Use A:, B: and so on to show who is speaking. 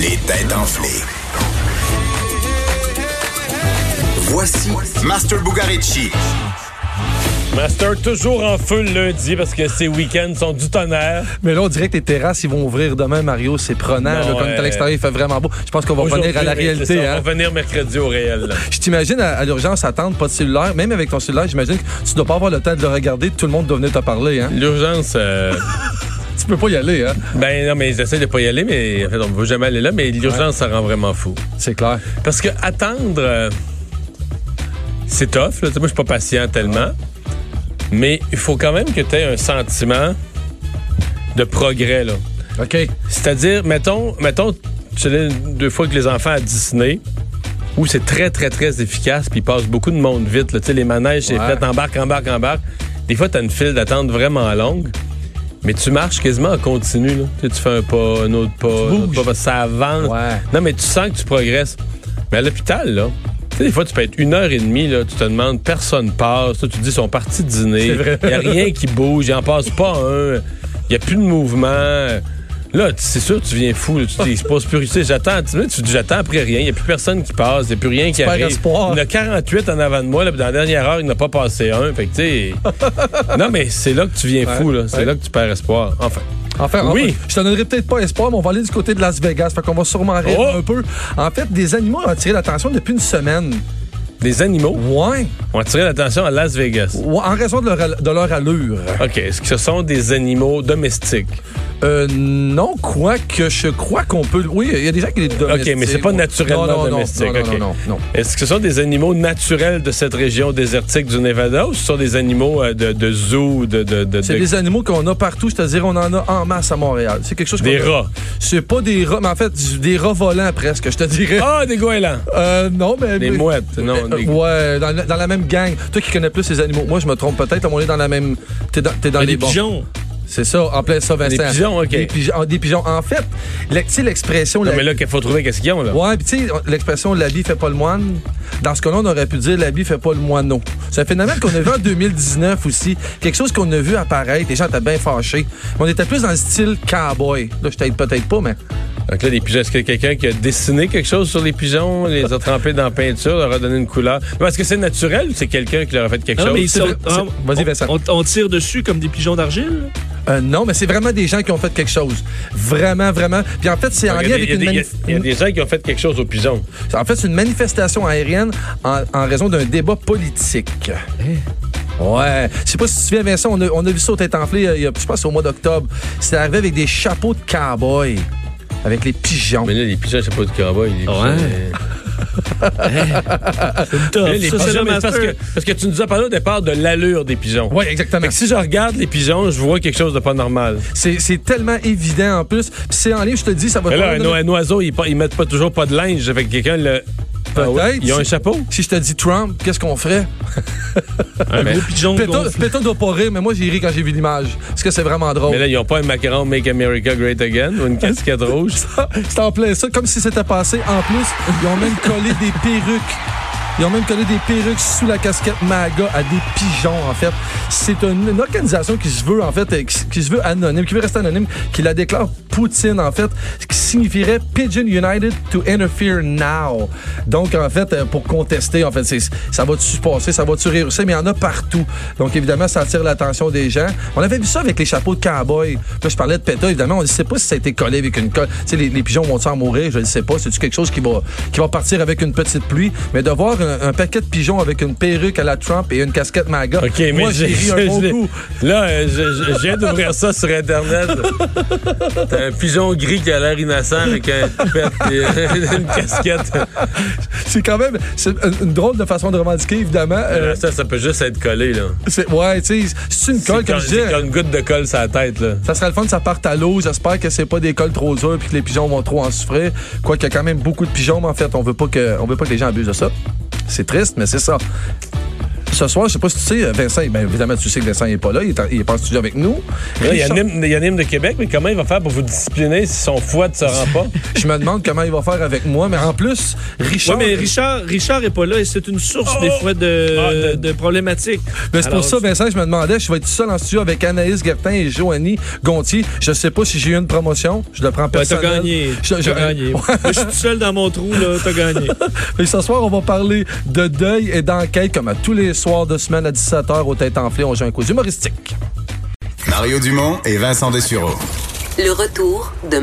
A: Les têtes enflées. Voici Master Bugarici.
B: Master toujours en feu le lundi parce que ces week-ends sont du tonnerre.
C: Mais là, on dirait que les terrasses, ils vont ouvrir demain, Mario. C'est prenant.
B: Non,
C: là, quand on est à
B: euh,
C: l'extérieur, il fait vraiment beau. Je pense qu'on va revenir à la
B: Aujourd'hui,
C: réalité.
B: c'est ça,
C: hein.
B: On va venir mercredi au réel. là.
C: Je t'imagine à, à l'urgence attendre, pas de cellulaire. Même avec ton cellulaire, j'imagine que tu dois pas avoir le temps de le regarder. Tout le monde doit venir te parler. Hein.
B: L'urgence, euh,
C: Tu peux pas y aller. Hein.
B: ben non, mais j'essaie de pas y aller, mais en fait, on ne veut jamais aller là, mais l'urgence, ça rend vraiment fou.
C: C'est clair.
B: Parce que attendre, euh, c'est tough. Là. Tu sais, Moi, je suis pas patient tellement. Mais il faut quand même que tu aies un sentiment de progrès. là.
C: OK.
B: C'est-à-dire, mettons, mettons, tu sais, deux fois que les enfants à Disney, où c'est très, très, très efficace, puis ils passent beaucoup de monde vite. là. Tu sais, les manèges, c'est
C: Ouais.
B: fait, embarque, embarque, embarque. Des fois, tu as une file d'attente vraiment longue, mais tu marches quasiment en continu. là. Tu sais, tu fais un pas, un autre pas, un autre
C: bouges.
B: pas, parce que ça avance.
C: Ouais.
B: Non, mais tu sens que tu progresses. Mais à l'hôpital, là, tu sais, des fois, tu peux être une heure et demie, là, tu te demandes, personne passe. Toi, tu te dis, ils sont partis dîner. Il n'y a rien qui bouge, il n'en passe pas un. Il n'y a plus de mouvement. Là, tu- c'est sûr, tu viens fou. là. tu te dis, il se passe plus. Tu sais, j'attends, tu, tu te dis, j'attends après rien. Il n'y a plus personne qui passe, il n'y a plus rien qui
C: perds
B: arrive.
C: espoir.
B: Il y en a 48 en avant de moi, là, puis dans la dernière heure, il n'a pas passé un. Fait que, tu sais. non, mais c'est là que tu viens fou, là. C'est
C: ouais.
B: là que tu perds espoir. Enfin.
C: Enfin, en
B: Oui.
C: fait, je te donnerai peut-être pas espoir, mais on va aller du côté de Las Vegas. Fait qu'on va sûrement rire
B: Oh.
C: un peu. En fait, des animaux ont attiré l'attention depuis une semaine.
B: Des animaux
C: Ouais.
B: ont attiré l'attention à Las Vegas.
C: Ouais, En raison de leur, al- de leur allure.
B: OK. Est-ce que ce sont des animaux domestiques?
C: Euh, non, quoique, je crois qu'on peut. Oui, il y a des gens qui les domestiquent.
B: OK, mais c'est pas naturellement
C: Non, non, non,
B: domestique.
C: Non, non,
B: OK.
C: non, non, non.
B: Est-ce que ce sont des animaux naturels de cette région désertique du Nevada ou ce sont des animaux euh, de, de zoo, de, de, de-
C: C'est
B: de-
C: des animaux qu'on a partout, c'est-à-dire on en a en masse à Montréal. C'est quelque chose
B: des
C: qu'on a-
B: rats?
C: C'est pas des rats, mais en fait, du- des rats volants presque, je te dirais.
B: Ah, des goélands!
C: Euh, non, mais.
B: Des
C: mais-
B: mouettes, non.
C: Euh,
B: des-
C: ouais, dans, la- dans la même gang. Toi qui connais plus les animaux, moi je me trompe peut-être, mais on est dans la même. T'es dans, t'es dans
B: Ah,
C: les
B: des
C: bons.
B: pigeons!
C: C'est ça, en plein ça, Vincent.
B: Des pigeons, OK.
C: Des, pigeons- ah, des pigeons. En fait, la- tu sais, l'expression.
B: Non,
C: la-
B: mais là, qu'il faut trouver qu'est-ce qu'ils ont, là.
C: Ouais, puis tu sais, l'expression l'habit fait pas le moine. Dans ce cas-là, on aurait pu dire l'habit fait pas le moineau. C'est un phénomène qu'on a vu en 2019 aussi. Quelque chose qu'on a vu apparaître. Les gens étaient bien fâchés. Mais on était plus dans le style cowboy. Là, je t'aide peut-être pas, mais.
B: Donc là, les pigeons, est-ce que quelqu'un qui a dessiné quelque chose sur les pigeons, les a trempés dans la peinture, leur a donné une couleur? Non, Est-ce que c'est naturel ou c'est quelqu'un qui leur a fait quelque
D: Non,
B: chose?
D: mais ils
C: c'est
D: sont-
C: vrai,
D: ah,
C: c'est- vas-y,
D: on-
C: Vincent.
D: On, on tire dessus comme des pigeons d'argile.
C: Euh, non, mais c'est vraiment des gens qui ont fait quelque chose. Vraiment, vraiment. Puis en fait, c'est en
B: Donc, Ah, il
C: lien
B: y a
C: avec
B: des-
C: une
B: il y a des-
C: manif-
B: Il y a des gens qui ont fait quelque chose aux pigeons.
C: En fait, c'est une manifestation aérienne en, en raison d'un débat politique.
B: Hein?
C: Ouais. Je sais pas si tu te souviens, Vincent, on a, on a vu ça au Tête Enflée, euh, il y a- je pense, au mois d'octobre. C'est arrivé avec des chapeaux de cow-boy, avec les pigeons.
B: Mais là, les pigeons, c'est pas de cowboy. les pigeons,
D: Ouais.
B: euh,
D: Tough.
B: Là, les
D: Ça, c'est
B: pigeons,
D: le
B: mais c'est parce,
D: master.
B: que, parce que tu nous as parlé au départ de l'allure des pigeons.
C: Ouais, exactement.
B: Fait que si je regarde les pigeons, je vois quelque chose de pas normal.
C: C'est c'est tellement évident en plus. Puis c'est en lien, je te dis, ça va
B: Mais là, un,
C: probablement-
B: o- un oiseau, ils, pa- ils mettent pas toujours pas de linge. Fait que quelqu'un le.
C: Peut-être.
B: Ils ont un chapeau.
C: Si je te dis Trump, qu'est-ce qu'on ferait?
D: Un gros pigeon
C: Péton,
D: gonflé.
C: Péton doit pas rire, mais moi j'ai ri quand j'ai vu l'image. Parce que c'est vraiment drôle.
B: Mais là, ils ont pas un macaron Make America Great Again ou une casquette rouge.
C: C'est en plein ça, comme si c'était passé. En plus, ils ont même collé des perruques. Ils ont même collé des perruques sous la casquette MAGA à des pigeons, en fait. C'est une, une organisation qui se veut, en fait, euh, qui, qui se veut anonyme, qui veut rester anonyme, qui la déclare Poutine, en fait, ce qui signifierait Pigeon United to Interfere Now. Donc, en fait, euh, pour contester, en fait, c'est- ça va-tu se passer, ça va-tu réussir, mais il y en a partout. Donc, évidemment, ça attire l'attention des gens. On avait vu ça avec les chapeaux de cowboy. Là, je parlais de PETA, évidemment, on ne sait pas si ça a été collé avec une colle. Tu sais, les, les pigeons vont-ils en mourir? Je ne sais pas. C'est-tu quelque chose qui va, qui va partir avec une petite pluie? Mais de voir un, un paquet de pigeons avec une perruque à la Trump et une casquette casquette MAGA.
B: OK, mais
C: Moi, j'ai ri un bon
B: je-
C: coup.
B: Là, euh, je, je- je viens d'ouvrir ça sur Internet. T'as un pigeon gris qui a l'air innocent avec un pet et une casquette.
C: C'est quand même c'est une- une drôle de façon de revendiquer, évidemment. Euh,
B: ça, ça peut juste être collé, là.
C: c'est- ouais, tu sais, c'est une colle,
B: C'est
C: comme
B: quand-
C: je
B: c'est
C: disais.
B: quand une goutte de colle sur la tête, là.
C: Ça serait le fun, ça parte à l'eau. J'espère que c'est pas des cols trop durs puis que les pigeons vont trop en souffrir. Quoi qu'il y a quand même beaucoup de pigeons, mais en fait, on veut pas que, on veut pas que les gens abusent de ça. C'est triste, mais c'est ça. Ce soir, je sais pas si tu sais, Vincent, ben évidemment, tu sais que Vincent n'est pas là, il est, en, il est pas en studio avec nous.
B: Là, il y a
C: Richard-
B: Nîmes- il y a Nîmes de Québec, mais comment il va faire pour vous discipliner si son foie ne se rend pas?
C: je me demande comment il va faire avec moi, mais en plus,
D: Oui,
C: Richard.
D: mais Richard, Richard est pas là et c'est une source
B: Oh!
D: des fois de,
B: Ah, de-
D: de problématiques.
C: Mais ben, c'est pour
D: Alors,
C: ça, Vincent, je me demandais, je vais être seul en studio avec Anaïs Gertin et Joanie Gontier. Je sais pas si j'ai eu une promotion. Je le prends
D: Ouais, t'as
C: personnel.
D: gagné.
C: Je-
D: T'as
C: je-
D: gagné. Moi, je suis tout seul dans mon trou, là. T'as gagné.
C: Et ce soir, on va parler de deuil et d'enquête, comme à tous les soirs de semaine à 17h au Tête Enflée. On joue un coup humoristique.
A: Mario Dumont et Vincent Dessureau.
E: Le retour de